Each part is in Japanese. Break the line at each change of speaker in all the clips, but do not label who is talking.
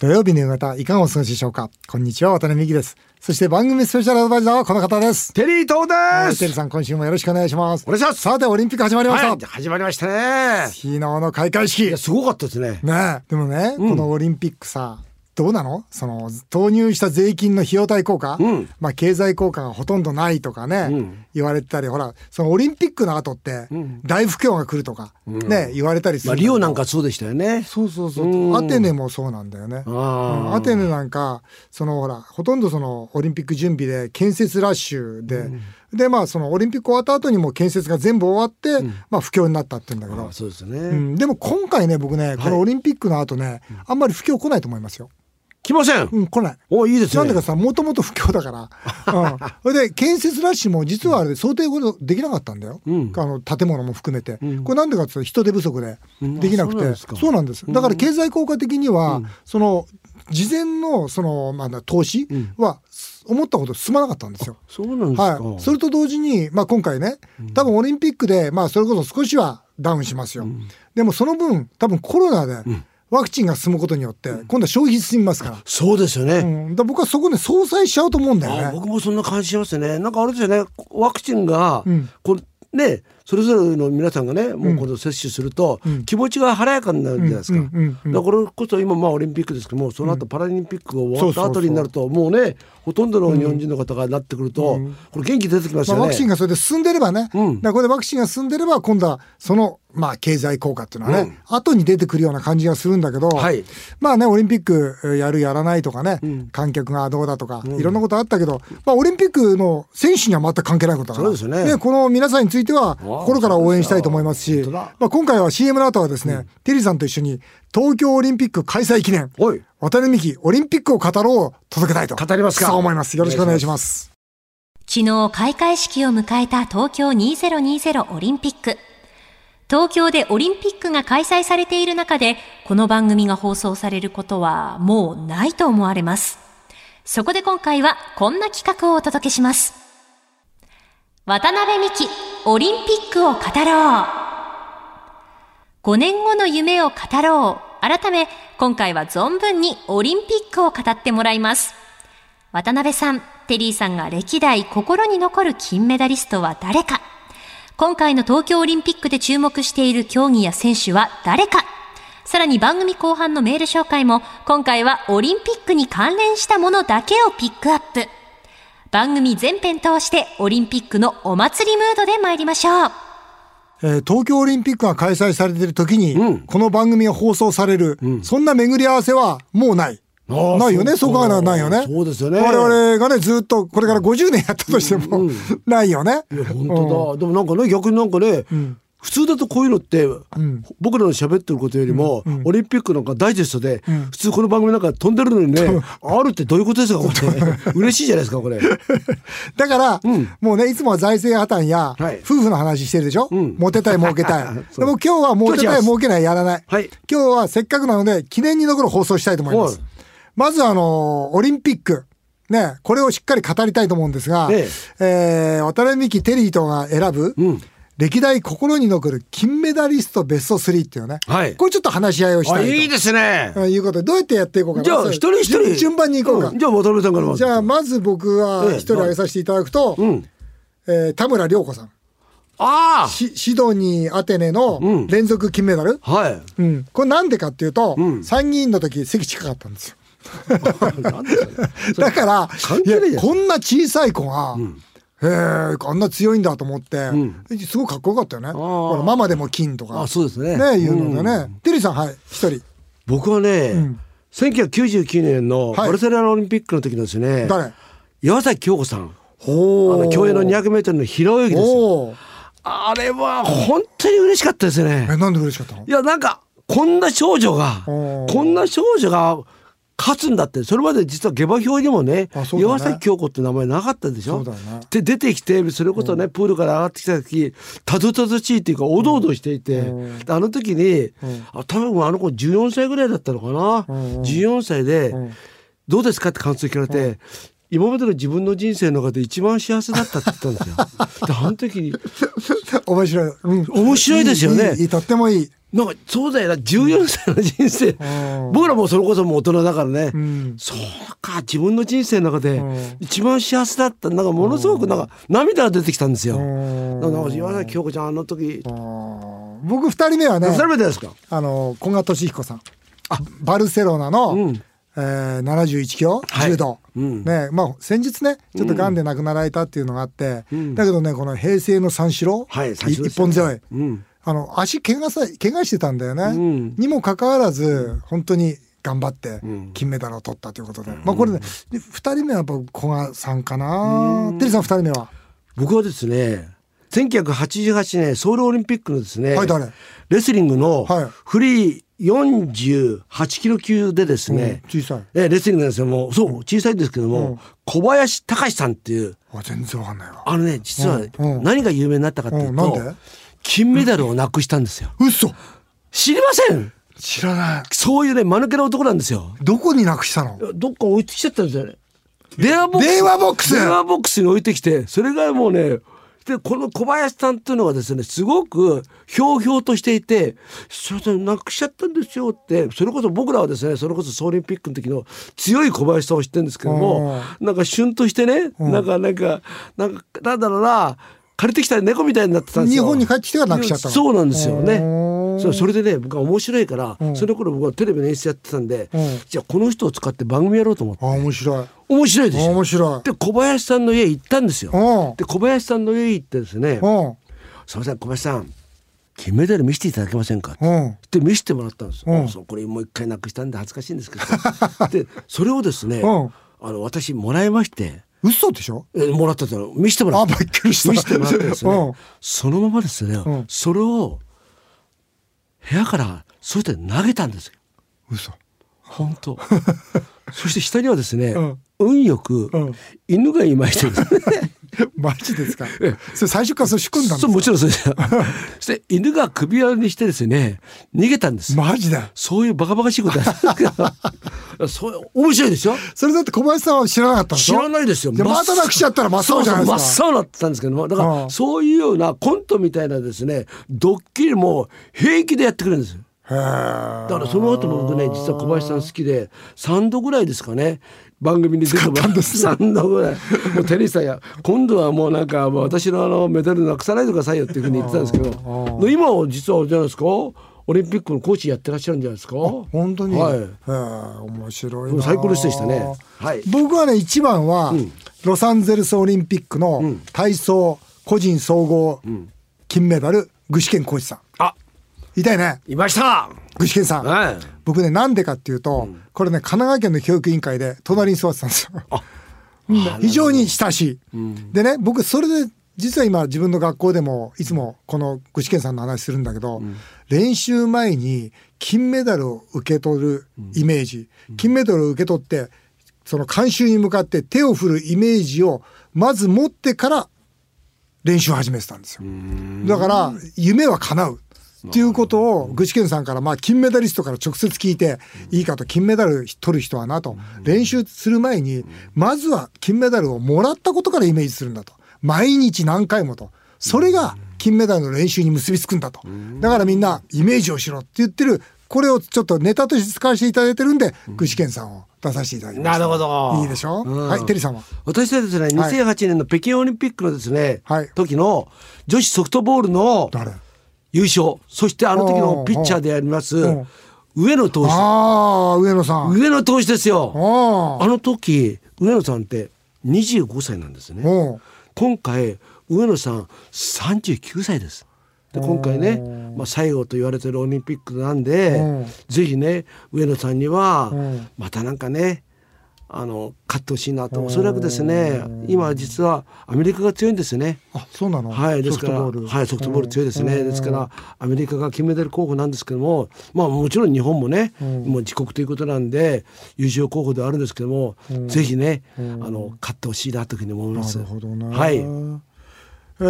土曜日の夕方、いかがお過ごしでしょうかこんにちは、渡辺美希です。そして番組スペシャルアドバイザーはこの方です。
テリー東で
えーテル
す。
さん、今週もよろしくお願いします。
お願いします
さて、オリンピック始まりました。
はい、始まりましたね。
昨日の開会式
いや、。すごかったですね。
ねえでもね、このオリンピックさどうなのその投入した税金の費用対効果、
うん
まあ、経済効果がほとんどないとかね、
うん
言われてたりほらそのオリンピックの後って
うん
大不況が来るとか、ね言われたりす
ま
るん
あ、
だけ
リ
ど
オなんかそうでしたよね。
そうそうそう、
うん
アテネもそうなんだよね、
あ
うん
あ、
アテネなんかそのほらほとんどそのオリンピック準備で建設ラッシュで、でまあそのオリンピック終わった後にもう建設が全部終わって、まあ不況になったって言うんだけど
ああそうです
う
ね。
ん、でも今回ね僕ねこのオリンピックの後ね、あんまり不況来ないと思いますよ。
来ません。
うん、来ない。
お、いいです
なんだ
ね
か。さもともと不況だ から、うん、それで建設ラッシュも実はあれで想定ことできなかったんだよ、
うん
あの建物も含めて、
うん
これなんでかっていうと人手不足で
うん
できなく
あそうな
て、
んですか
そうなんですだから経済効果的には、
うん
その事前のその、まあ、投資
うん
は思ったほど進まなかったんですよ。
そうなんですか。
はい、それと同時に、まあ、今回ね、多分オリンピックで、まあ、それこそ少しはダウンしますよ、でもその分、多分コロナでワクチンが進むことによって、今度は消費進みますか
そうですよね。
ら、うん、だから僕はそこで相殺しちゃうと思うんだ
あ
よ
あ
ね。
僕もそんな感じしますね。なんかあれですよね。ワクチンが、
うん
こうね、それぞれの皆さんがね、もうこの接種すると、
うん
気持ちが晴れやかになるじゃないですか。
うんうんうん
だからこれこそ今まあオリンピックですけども、その後パラリンピックが終わった
そうそうそ
後
う
になると、もうね、ほとんどの日本人の方がなってくると、これ元気出てきます
ま
よ
あ、
ね。
ワクチンがそれで進んでればね、
うん
だからこれでワクチンが進んでれば、今度はその、まあ、経済効果っていうのはね、後に出てくるような感じがするんだけど、
はい
まあね、オリンピックえーやる、やらないとかね、
ん
観客がどうだとか、いろんなことあったけど、まあ、オリンピックの選手には全く関係ないことだから、
そうですね
この皆さんについては、
ああ
心から応援したいと思いますし、
本当だ
まあ、今回は CM の後はですね、テリーさんと一緒に、東京オリンピック開催記念、
おい。
渡辺美希オリンピックを語ろうを届けたいと。
語りますか
そう思います。よろしくお願いします。
昨日開会式を迎えた東京2020オリンピック。東京でオリンピックが開催されている中で、この番組が放送されることはもうないと思われます。そこで今回はこんな企画をお届けします。渡辺美希、オリンピックを語ろう。5年後の夢を語ろう。改め、今回は存分にオリンピックを語ってもらいます。渡辺さん、テリーさんが歴代心に残る金メダリストは誰か今回の東京オリンピックで注目している競技や選手は誰かさらに番組後半のメール紹介も今回はオリンピックに関連したものだけをピックアップ。番組全編通してオリンピックのお祭りムードで参りましょう。
えー東京オリンピックが開催されている時に、
うん
この番組が放送される、そんな巡り合わせはもうない。
ああ
ないよね、
そ
そうう考えたらないよね。
そうですよね
我々がね、ずっとこれから50年やったとしても、 ないよね。
いや本当だ。でもなんかね、逆になんかね、普通だとこういうのって、僕らの喋ってることよりも、オリンピックなんかダイジェストで、普通この番組なんか飛んでるのにね、あるってどういうことですか、これ。嬉しいじゃないですか、これ。
だから、もうね、いつもは財政破綻や、
はい
夫婦の話してるでしょ、
ん
モテたい、儲けたい。
そ
で
う
も今日はモテ
今
た
日違
い、
います
儲けない、やらない。
はい
今日はせっかくなので、記念に残る放送したいと思います
はい。
まずあのーオリンピック。ね、これをしっかり語りたいと思うんですが、
え
えー渡辺美樹テリーとが選ぶ、
うん
歴代心に残る金メダリストベスト3っていうね、
はい
これちょっと話し合いをした
あ、
いと
いいですね。
うんいうことでどうやってやっていこうかな
じゃあ
それ
一人一人
順順番にいこうか、
んじゃあ渡辺さんからまず
じゃあまず僕は
ええ
一人挙げさせていただくと、
ん
えー田村涼子さん
あ
シシドニーアテネの
ん
連続金メダル、
あはい
うんこれなんでかっていうと、
ん
参議院の時席近かったんですよ
なんでそれ
だから
関係ないじゃん
いやこんな小さい子が、へえあんな強いんだと思って、すごいかっこよかったよねほらママでも金とか
あそうですね
ねいうのでね、テリーさんはい一人
僕はね、1999年の
はい
バルセロナオリンピックの時のですね、
誰
岩崎京子さんあ
ほ
の競泳の 200m の平泳ぎですよ
おー
あれは本当に嬉しかったですね
えなんで嬉しかったの
いやなんかこんな少女が
お
こんな少女が勝つんだってそれまで実は下馬評にもね
あそうだね
岩崎京子って名前なかったでしょ
そうだよね
で出てきてそれこそね、プールから上がってきた時たどたどしいっていうかおどおどしていて、であの時に、あ多分あの子14歳ぐらいだったのかな、14歳で、どうですかって感想聞かれて、今までの自分の人生の中で一番幸せだったって言ったんですよ。であの時に
面白い。うん
面白いですよね
いいいいとってもいい。
なんかそうだよな14歳の人生、
うん
僕らもうそれこそもう大人だからね、
うん
そうか自分の人生の中で
うん
一番幸せだったなんかものすごくなんか涙が出てきたんですよ。
うん
なんかなんか岩崎京子ちゃんあの時
あー僕二人目はね
二、人目ですか
あの古賀俊彦さん。バルセロナの、
うん
えー、71キロ、
はい
柔道、
うん
ねまあ、先日ねちょっと癌で亡くなられたっていうのがあって、
うん
だけどねこの平成の三四郎、
はい三四郎です
一本背負い、
うん
あの足怪我さ怪我してたんだよね、
ん
にもかかわらず本当に頑張って
ん
金メダルを取ったということで、まあこれねで2人目はやっぱ古賀さんかなテリーさん2人目は
僕はですね1988年ソウルオリンピックのですね、
はい誰
レスリングの
はい
フリー48キロ級でですね、
小さい
えレスリングなんですよもうそう小さいんですけども、
うん
小林隆さんっていう
あ全然わかんないわ
あのね実は
うんうん
何が有名になったかっていうと、
うんなんで
金メダルをなくしたんですよ、
嘘
知りません
知らない
そういうね間抜けな男なんですよ
どこになくしたの
どっか置いてきちゃったんですよね電話ボックス
電話ボックス
電話ボックスに置いてきてそれがもうねでこの小林さんっていうのはですねすごくひょうひょうとしていて「それでなくしちゃったんですよ」ってそれこそ僕らはですねそれこそソウルオリンピックの時の強い小林さんを知ってるんですけどもなんか旬としてねなんかなんかなんかなんだろうな借りてきた猫みたいになってたんです
日
よ。
本に帰ってきてはなくしちゃったの
そうなんですよね
うん
そうそれでね僕は面白いから、その頃僕はテレビの演出やってたんで、
うん
じゃあこの人を使って番組やろうと思って
あ面白い
面白いでしょ
面白い
で小林さんの家行ったんですよ
うん
で小林さんの家行ってですね
うん
「すいません小林さん金メダル見せていただけませんか?」って
うん
言って見せてもらったんですよ、
うん
そうこれもう一回なくしたんで恥ずかしいんですけど でそれをですね、
うん
あの私もらいまして
嘘でしょ
えもらったっていうの見せてもら
あ
った
びっくりした
見せてもらってですね、
うん
そのままですね、
うん
それを部屋からそうやって投げたんですよ
嘘
本当 そして下にはですね、
うん
運よく、
うん
犬がいましてですね
マジですかそれ最初からそれ仕組んだんです
そ
か
うもちろんそうですよそして犬が首輪にしてですね逃げたんです、
マジだよ
そういうバカバカしいことやったんですけ どそういう面白いでしょ
それだって小林さんは知らなかったんでしょ
知らないですよ
じゃあまたなくしちゃったら真っ青じゃないですか
そうそう真っ青だったんですけどもだか
うん
らそういうようなコントみたいなですねドッキリも平気でやってくれるんですよ
へー
だからその後も僕ね実は小林さん好きで3度ぐらいですかね番組に出ても
使
ら
ったんです
3度ぐらいもうテリーさんや今度はもうなんかもう私のあのメダルなくさないでくださいよっていうふうに言ってたんですけどで今は実はあれじゃないですかオリンピックのコーチやってらっしゃるんじゃないですか
本当に、
は
へ
い
ー面白いな
最高の人でしたねはい
僕はね一番は、ロサンゼルスオリンピックの体操個人総合金メダル具志堅浩司さ
あ
んいたいね
いました
具志堅さん、
はい
僕ねなんでかっていうと、これね神奈川県の教育委員会で隣に座ってたんですよ。うん非常に親しい。でね僕それで実は今自分の学校でもいつもこの具志堅さんの話するんだけど、練習前に金メダルを受け取るイメージ、金メダルを受け取ってその観衆に向かって手を振るイメージをまず持ってから練習を始めてたんですよ。だから夢は叶うっていうことを具志堅さんからまあ金メダリストから直接聞いていいかと金メダル取る人はなと練習する前にまずは金メダルをもらったことからイメージするんだと毎日何回もとそれが金メダルの練習に結びつくんだとだからみんなイメージをしろって言ってるこれをちょっとネタとして使わせていただいてるんで具志堅さんを出させていただきました
なるほど
いいでしょ
うん
はいテリーさんは
私はですね
はい
2008年の北京オリンピックのですね、
はい
時の女子ソフトボールの
誰
優勝そしてあの時のピッチャーであります
うん
上野投手
ああ上野さん
上野投手ですよ
あ
あの時上野さんって25歳なんですね
も
今回上野さん39歳ですで今回ね、まあ、最後と言われてるオリンピックなんで、
うん
ぜひね上野さんには
ん
またなんかねあの勝ってほしいなとおそらくですね今実はアメリカが強いんですよね。
うあそうなの
はい、ですから
ソフトボール
はい、ソフトボール強いですね、ですからアメリカが金メダル候補なんですけども、まあ、もちろん日本もね、もう自国ということなんで優勝候補ではあるんですけども、ぜひね、あの勝ってほしいなというふうに思います。
なるほどね
はい
えー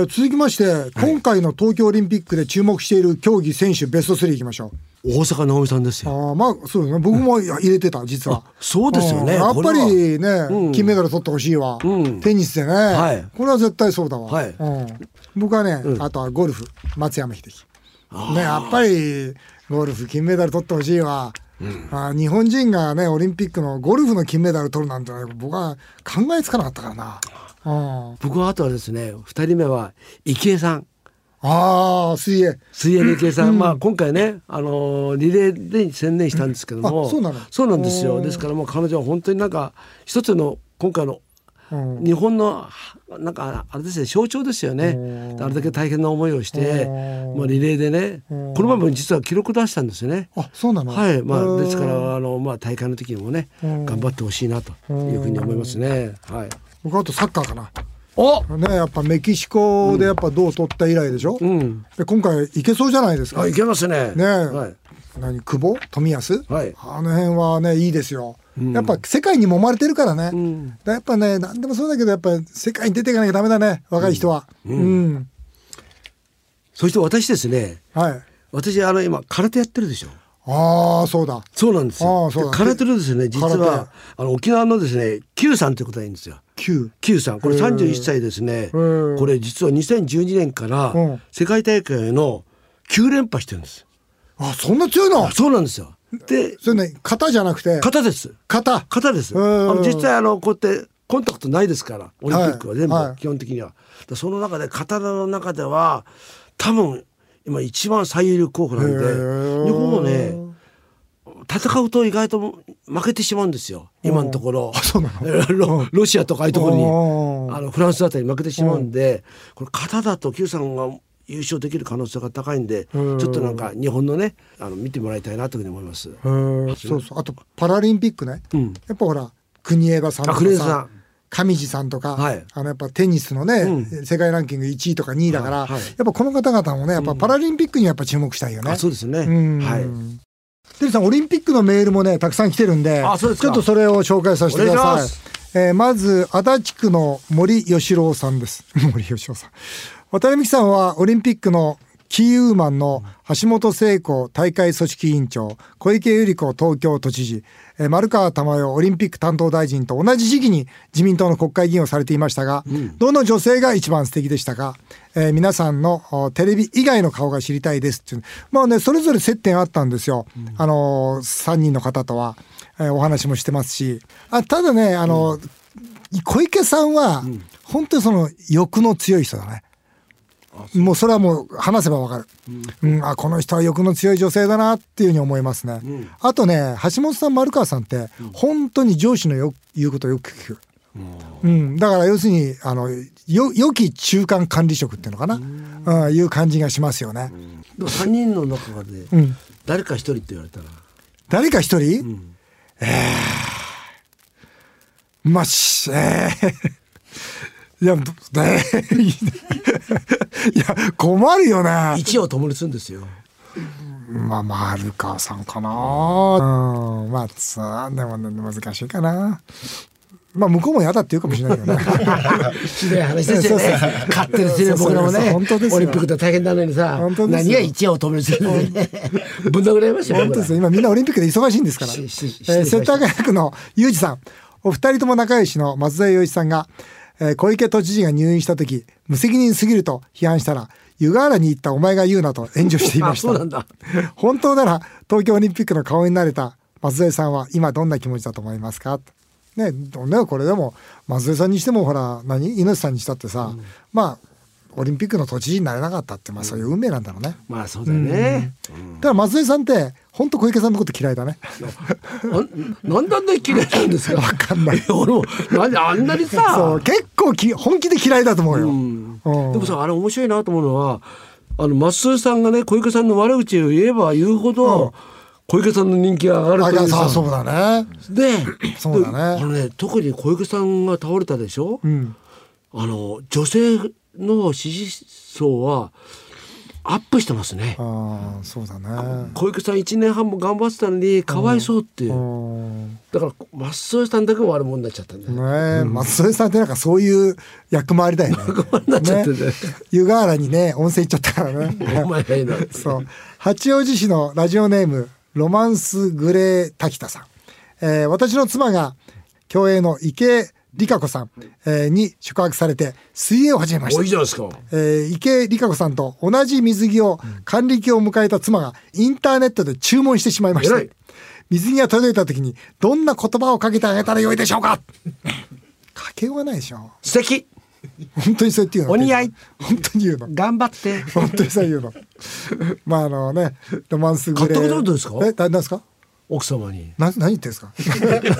続きまして、今回の東京オリンピックで注目している競技選手ベスト3いきましょう
大阪直美さんですよ。
ああまあそうですね僕もいや入れてた実は
そうですよね。
うんやっぱ
こ
りね、
うん
金メダル取ってほしいわ、
うん
テニスでね、
はい
これは絶対そうだわ、
はい
うん僕はね、
うん
あとはゴルフ松山英樹ねやっぱりゴルフ金メダル取ってほしいわ、あ日本人がねオリンピックのゴルフの金メダル取るなんてね僕は考えつかなかったからな、うん、
僕はあとはですね二人目は池江さん
ああ水泳
水泳の池江さん、まあ今回ねあのーリレーで専念したんですけども、
うんあそうなの
そうなんです
お
よ
ー
ですからもう彼女は本当になんか一つの今回の
うん
日本のはなんかあれですね象徴ですよね
うん
あれだけ大変な思いをして
うん
まあリレーでね
うん
このまま実は記録出したんですよね。
あそうなの
はい、まあ、ですか
うん
ら、あの、まあ、大会の時にもね、
うん
頑張ってほしいなというふうに思いますね。はい。
僕あとサッカーかな
お、
ねやっぱメキシコでやっぱ銅取った以来でしょ、
うん、
で今回いけそうじゃないですか、
あ、いけますね。
ねえ
はい。
何久保冨安、
はい
あの辺はねいいですよ、
ん
やっぱ世界に揉まれてるからね、
ん
だからやっぱね何でもそうだけどやっぱ世界に出ていかなきゃダメだね若い人はうん、
そして、私ですね。
はい
私、あの、今、空手やってるでしょ
ああそうだ
そうなんですよ。
ああそうだ
で空手のですね、実
空手
は、あの、沖縄のですね、Q さんということがいいんですよ。
9
Q さん、これ
へえ
31歳ですね。
え
これ、実は2012年から
うん、
世界大会の9連覇してるんです。
あそんな強いの
あ、そうなんですよ。で、
それね型じゃなくて
型です。
型
方です。あ
うん
の実際あのこうやってコンタクトないですからオリンピックは全部、
はい
基本的には。だその中で刀の中では多分今一番最有力候補なんで
へ
日
ー
本もね戦うと意外と負けてしまうんですよ今のところ。
そうな
ロロシアとかああいうところに
おー
あのフランスあたりに負けてしまうんで、これ型だと Q さんが優勝できる可能性が高いんで、
うん
ちょっとなんか日本のねあの見てもらいたいなというふうに思います。
のへえそうそうあとパラリンピックね、
うん
やっぱほら国枝さんと
あ
か
国枝さ
さ
ん
上地さんとか、
はい
あのやっぱテニスのね、
う
世界ランキング1位とか2位だから、
はいはい
やっぱこの方々もねやっぱパラリンピックにはやっぱ注目したいよね。
あそうですね。
うん
はい。
テリーさんオリンピックのメールもねたくさん来てるんで
あそうです
ち
か
ょっとそれを紹介させてくだ
お願い
さ
し
い
ます
えーまず足立区の森喜朗さんです 森喜朗さん渡辺美樹さんはオリンピックのキーウーマンの橋本聖子大会組織委員長小池百合子東京都知事えー丸川珠代オリンピック担当大臣と同じ時期に自民党の国会議員をされていましたが、どの女性が一番素敵でしたか、えー皆さんのおテレビ以外の顔が知りたいですっていうまあねそれぞれ接点あったんですよ、あの3人の方とは、えーお話もしてますしあただねあの、小池さんは、本当にその欲の強い人だね。もうそれはもう話せばわかる、うんあこの人は欲の強い女性だなっていうふうに思いますね、あとね橋本さん丸川さんって本当に上司のよ言うことをよく聞く、うん、だから要するにあのよ良き中間管理職っていうのかな、うんいう感じがしますよね、
でも3人の中で
ん
誰か一人って言われたら、
誰か一人、えー、まあしえーいや、どえーいいねいや、困るよね。
一夜を共にするんですよ。
まあ、マルカーさんかな。うん、まあ、さあ、でも、難しいかな。まあ、向こうも嫌だって言うかもしれないけどね。
ひどい話です よね。勝手ですよね、
そう
僕らもね。
本当ですよ
オリンピックで大変なのにさ
本当、ですよ
何が一夜を共にするのね。ぶん殴られましたよ。
本当ですよ今みんなオリンピックで忙しいんですから。え
ししし
ー世田谷区のゆうじさん、お二人とも仲良しの松田洋一さんが、えー小池都知事が入院した時、無責任すぎると批判したら、湯河原に行ったお前が言うなと炎上していま
あ、
し
そうな
た
ん。だ。
本当なら東京オリンピックの顔になれた松添さんは今どんな気持ちだと思いますかねどんなこれでも松添さんにしてもほら何猪瀬さんにしたってさ、まあオリンピックの都知事になれなかったってまあそういう運命なんだろうね。
まあそうだよね。
ただ松添さんって本当小池さんのこと嫌いだね。
ななんであんなに嫌いなんですか。わかんないや。俺も、なんであんなに
そう
さ。
結構き本気で嫌いだと思うよ。
うん
うん
でもさ、あれ面白いなと思うのは、あの、松井さんがね、小池さんの悪口を言えば言うほど、小池さんの人気が上が
あ
るという
さ
さ。
そうだね。
で
そうだね
であのね特に小池さんが倒れたでしょ、
うん
あの女性の支持層はアップしてますね
ああそうだね
小池さん1年半も頑張ってたのにかわいそうっていう、
うん
だから松江さんだけ悪者になっちゃったんだよね
ねえ松添さんってなんかそういう役回りだよね
なっちゃってね
ね湯河原にね温泉行っちゃったからね
お前 がいいな
そう。八王子市のラジオネーム、ロマンスグレー滝田さん。えー私の妻が、競泳の池江璃花子さん、えーに宿泊されて、水泳を始めまし
お
た
いい。じゃないですか
えー池江璃花子さんと同じ水着を還暦を迎えた妻がインターネットで注文してしまいまし
偉い
た水着が届いた時にどんな言葉をかけてあげたらよいでしょう かかけようがないでしょ
素敵
本当にそうやって言うの
お似合い
本当に言うの
頑張って
本当にそういう の。まああのね、ロマンスグレー。
買ったことあるんですか
え、ななんですか？
奥様に
な何言ってんですか？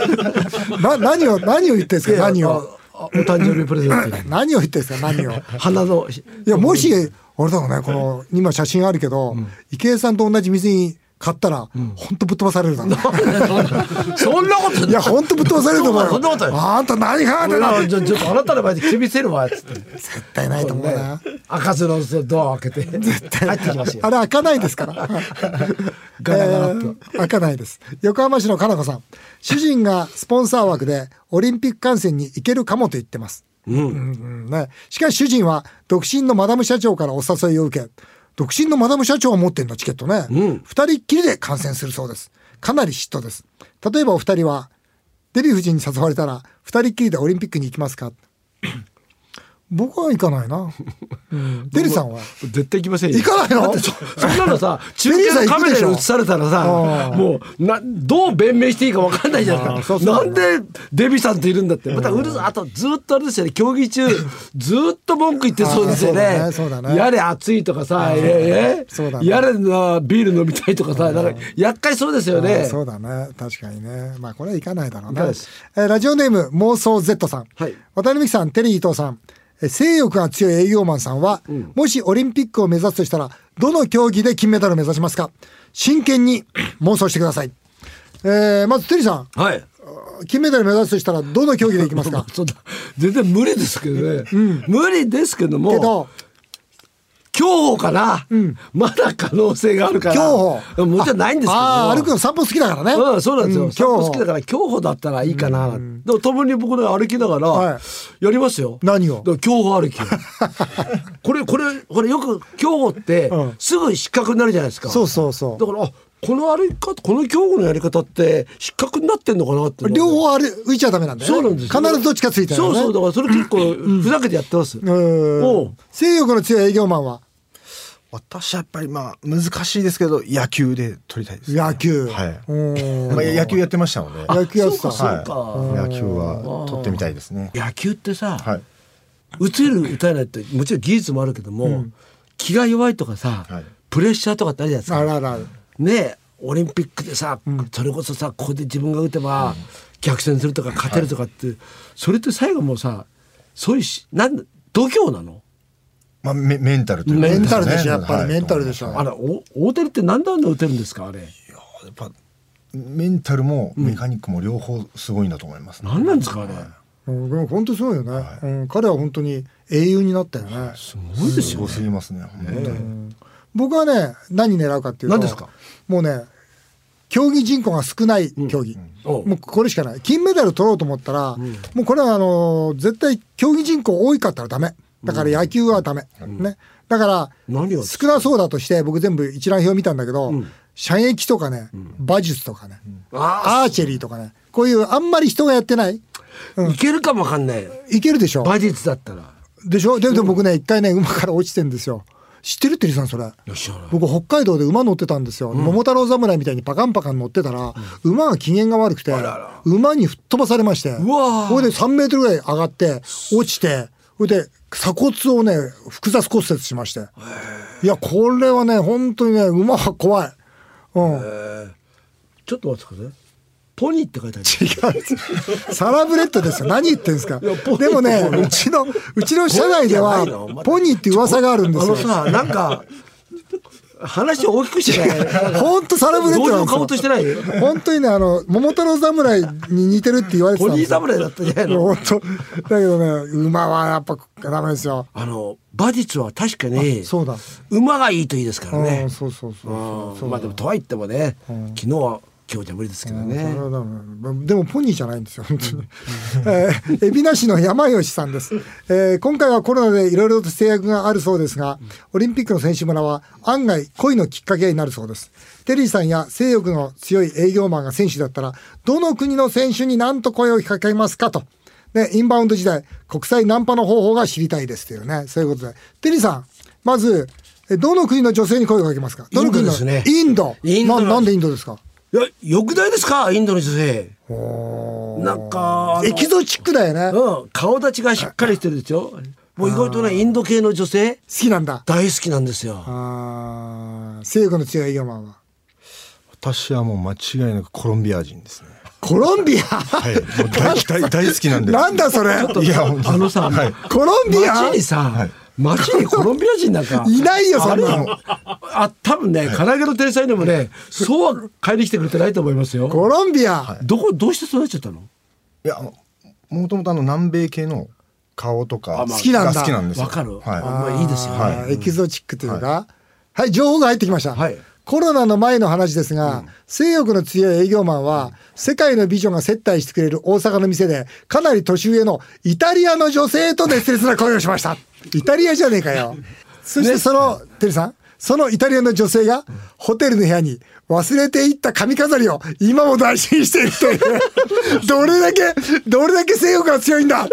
な何を何を言ってんですか？何を
ああお誕生日プレゼン トに
何を言ってんですか？何を。い
花の
やも しあれだろうね、この今写真あるけど、池江さんと同じ水に買ったら、本当ぶっ飛ばされるだろう。
そんなこと
いや本当ぶっ飛ばされると思うよ。
そんなことない
あんた何考えてんだ。
俺らちょちょっとあなたの前で厳せるわっつって
絶対ないと思うな。
赤ずのドアを開けて入ってきますよ
あれ開かないですから。
ガラガラっと
えー開かないです。横浜市のかなこさん。主人がスポンサー枠でオリンピック観戦に行けるかもと言ってます。うんうんね、しかし主人は独身のマダム社長からお誘いを受け、独身のマダム社長は持ってんだチケットね。二、人っきりで観戦するそうです。かなり嫉妬です。例えばお二人は、デヴィ夫人に誘われたら、二人っきりでオリンピックに行きます か僕は行かないな。うんデヴィさんは
絶対行きませんよ
行かないの
だってそそんなの さ中
リー
継
さん
の
行
カ
く
メ
でし
ラ
ょ
に映されたらさ
うん
もうなどう弁明していいか分かんないじゃないですかなんでデビさんっているんだってまたうるさあとずっとあれですよね競技中ずっと文句言ってそうですよ
あ
ね
ーそうだねそうだね
やれ暑いとかさええ
そうだね
やれなビール飲みたいとかさなんか厄介そうです
あ
よね
ーそうだね確かにねまあこれはいかないだろう
い
ね
かないです
えーラジオネーム妄想 Z さん、
はい
渡辺美樹さんテリー伊藤さんえー性欲が強い営業マンさんは、もしオリンピックを目指すとしたらどの競技で金メダルを目指しますか真剣に 妄想してください、えーまずテリーさん
はい
金メダル目指すとしたらどの競技でいきますか
そうだ全然無理ですけどね、無理ですけども
けど
競歩かな、まだ可能性があるから
競歩
もちろんないんですけども
ああー歩くの散歩好きだからね
うん、そうなんですよ、散歩
競歩
好きだから競歩だったらいいかな、でも共に僕ね歩きながら、
はい
やりますよ
何を
だから競歩 歩きこれこれこれよく競歩って、
うん
すぐ失格になるじゃないですか
そうそうそう
だからあこの歩き方この競歩のやり方って失格になってんのかなって
両方あれ浮いちゃダメなんだよ、ね、
そうなんですよ
必ずどっちかついてる
そ
よ
う
ね
そうだからそれ結構ふざけてやってます、
う
お
ん
う
性欲の強い営業マンは
私はやっぱりまあ難しいですけど野球で取りたいです、
野球。
はい
うん
まあ、野球やってましたので、
野球やってた。
そうか
はい野球は取ってみたいですね
野球ってさ、
はい
打てる打たないってもちろん技術もあるけども、気が弱いとかさ、
はい
プレッシャーとかってあるじゃないです
あ
か。
らあら。
ねえオリンピックでさ、それこそさここで自分が打てば逆転するとか勝てるとかって、それって最後もうさそういうしなん度胸なの
まあ、メメンタルというか
メンタル
ね
でしょ、やっぱ
は
り
い
メンタルでしょ
あ。れお大手って何であんな打てるんですかあれ
やっぱメンタルもメカニックも両方すごいんだと思いますね、
何なんですかあれ、
うんでも本当すごいよね。うん彼は本当に英雄になったよね。
すごいです
す
よ
ご
ね
すぎますね本当に、
僕はね、何狙うかっていうと。
何ですか
もうね、競技人口が少ない競技。
おう
もうこれしかない。金メダル取ろうと思ったら、もうこれはあのー絶対競技人口多いかったらダメ。だから野球はダメ。ね。だから、
何を
少なそうだとして、僕全部一覧表見たんだけど、射撃とかね、馬術とかね、
あ
アーチェリーとかね、こういうあんまり人がやってない、
あ、いけるかもわかんない
いけるでしょ
馬術だったら
でしょででも僕ね、一回ね、馬から落ちてんですよ。知ってるテリーさん、それ。
よっしゃー
僕、北海道で馬乗ってたんですよ。桃太郎侍みたいにパカンパカン乗ってたら、馬が機嫌が悪くて、馬に吹っ飛ばされまして、
うわー
これで3メートルぐらい上がって、落ちて、それで鎖骨をね、複雑骨折しまして。いや、これはね、本当にね、馬は怖い。うん。
ちょっと待ってくださいポニーって書いてある
サラブレッドですよ。何言ってんですか。
やポニー
でもね、うちの、うちの社内では
ポニーじゃないのお前、
ポニーって噂があ るんで
あ
す
の
よ。
さ、なんか、話を大きくし てない。
ほんとサラブレッド
どう
な
の顔
ん
と
で
し
す
て
よ。
ないよ。
本当にね、あの、桃太郎侍に似てるって言われて
ポ
たん
ニ
で
ー
すよ。
侍だったじゃないの。
本当。だけどね、馬はやっぱダメですよ。
あの、馬術は確かに
あそうだ
馬がいいといいですから
う
ね
ん、そうそうそうそう
う
そ
ん
う
まあでもとはいってもね
うん
昨日は今日じゃ無理ですけど
それ
ね
はだめでもポニーじゃないんですよ本当に、えー、海老名市の山吉さんです、えー今回はコロナでいろいろと制約があるそうですがオリンピックの選手村は案外恋のきっかけになるそうですテリーさんや性欲の強い営業マンが選手だったらどの国の選手に何と声をかけますかとね、インバウンド時代国際ナンパの方法が知りたいですというねそういうことでテリーさんまずえどの国の女性に声をかけますかどの国の
インドですね
インド
インドの
ななんでインドですか
いや欲大ですかインドの女性なんかあの
エキゾチックだよね。好
うん顔立ちがしっかりしてるんですよもう意外とねインド系の女性
きなんだ。
大好きなんですよ
ああ、性欲の強い営業マンは。
私はもう間違いなくコロンビア人ですね。
コロンビ
はい、もう大大大好きな
ア。
んで。
なんだそれ。
いや本当に
あのさ
はい、
コロンビア
街。にさ
はい
街にコロンビア人なんか
いないよ、そ
あ
ん
れ
なの。
あ多分ね唐揚げの天才でもねそうは帰り来てくれてないと思いますよ
コロンビア。
どこどうしてそうなっちゃったの
いやあのもともとあの南米系の顔とか
あまあ
が
好き
なんだ
好きなんですよ。
わかる
は
まあいいですよね
あーエキゾチックというか。はい、情報が入ってきました
はい。
コロナの前の話ですが、性欲の強い営業マンは、世界の美女が接待してくれる大阪の店で、かなり年上のイタリアの女性と熱烈な恋をしました。イタリアじゃねえかよ。そしてその、テリさん、そのイタリアの女性が、ホテルの部屋に忘れていった髪飾りを今も大事にしているという、どれだけ、どれだけ性欲が強いんだ
い。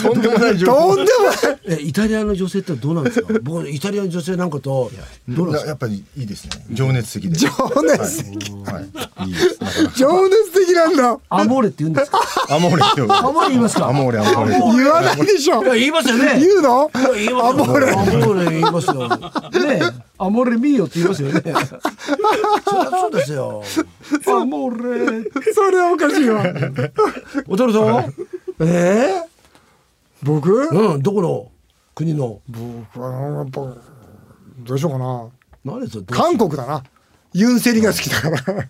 とんでもない情報。
とんでもない
えイタリアの女性ってどうなんで すか僕イタリアの女性なんかとどうなんで
や
す
や
か
っぱりいいですね。情熱的で。
情熱的。
はい。いいです。なかなか
情熱的なんだ
アモーレって言うんですか
アモーレって呼ぶ。ア
モーレ言いますか
アモーレアモーレ。
アモーレ
言わないでしょ
いや言いますよね
言うの
いや言いますよ
アモレ
アモーレ言いますよねえアモーレミーヨって言いますよ ねそりゃそうですよアモーレ
それはおかしいわ
おたるさんは
ええ僕
うんどこの国の
僕はやっぱどうしようかな
何ですよ
韓国だなユンセリが好きだから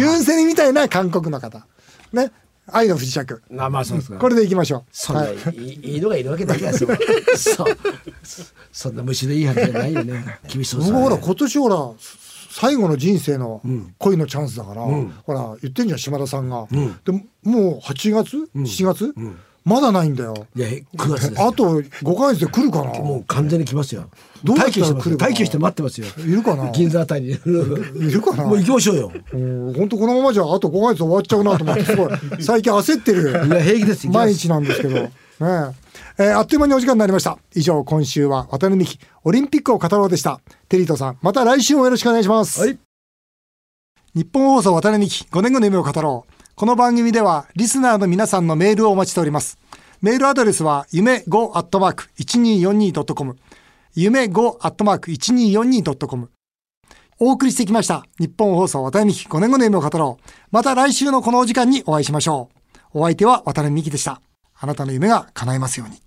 ユンセリみたいな韓国の方ね愛の不時着
あまあそうですか
これでいきましょう
そんな、
はいい、
い、いいのがいるわけないじゃないですか。そうそそんな虫のいい話じゃないよね。厳しそうです
僕
よね
ほら今年ほら最後の人生の恋のチャンスだから、ほら言ってんじゃん島田さんが、でももう8月7月、まだないんだよ
いや九月ですよ。
あと5ヶ月で来るかな
もう完全に来ますよ。
どうやっ
待
たら
機して
来るか
ます
な
よ。待機して待ってますよ。
いるかな
銀座あたりに。いる
かな
もう行きましょうよ。
うん本当このままじゃあと5ヶ月終わっちゃうなと思ってすごい最近焦ってる
いや平気です行きます
毎日なんですけど、ねええーあっという間にお時間になりました以上今週は渡辺美希オリンピックを語ろうでしたテリーとさんまた来週もよろしくお願いします、
はい
日本放送渡辺美希5年後の夢を語ろうこの番組ではリスナーの皆さんのメールをお待ちしておりますメールアドレスは夢 5-1242.com 夢 5-1242.com お送りしてきました日本放送渡辺美希5年後の夢を語ろうまた来週のこのお時間にお会いしましょうお相手は渡辺美希でしたあなたの夢が叶いますように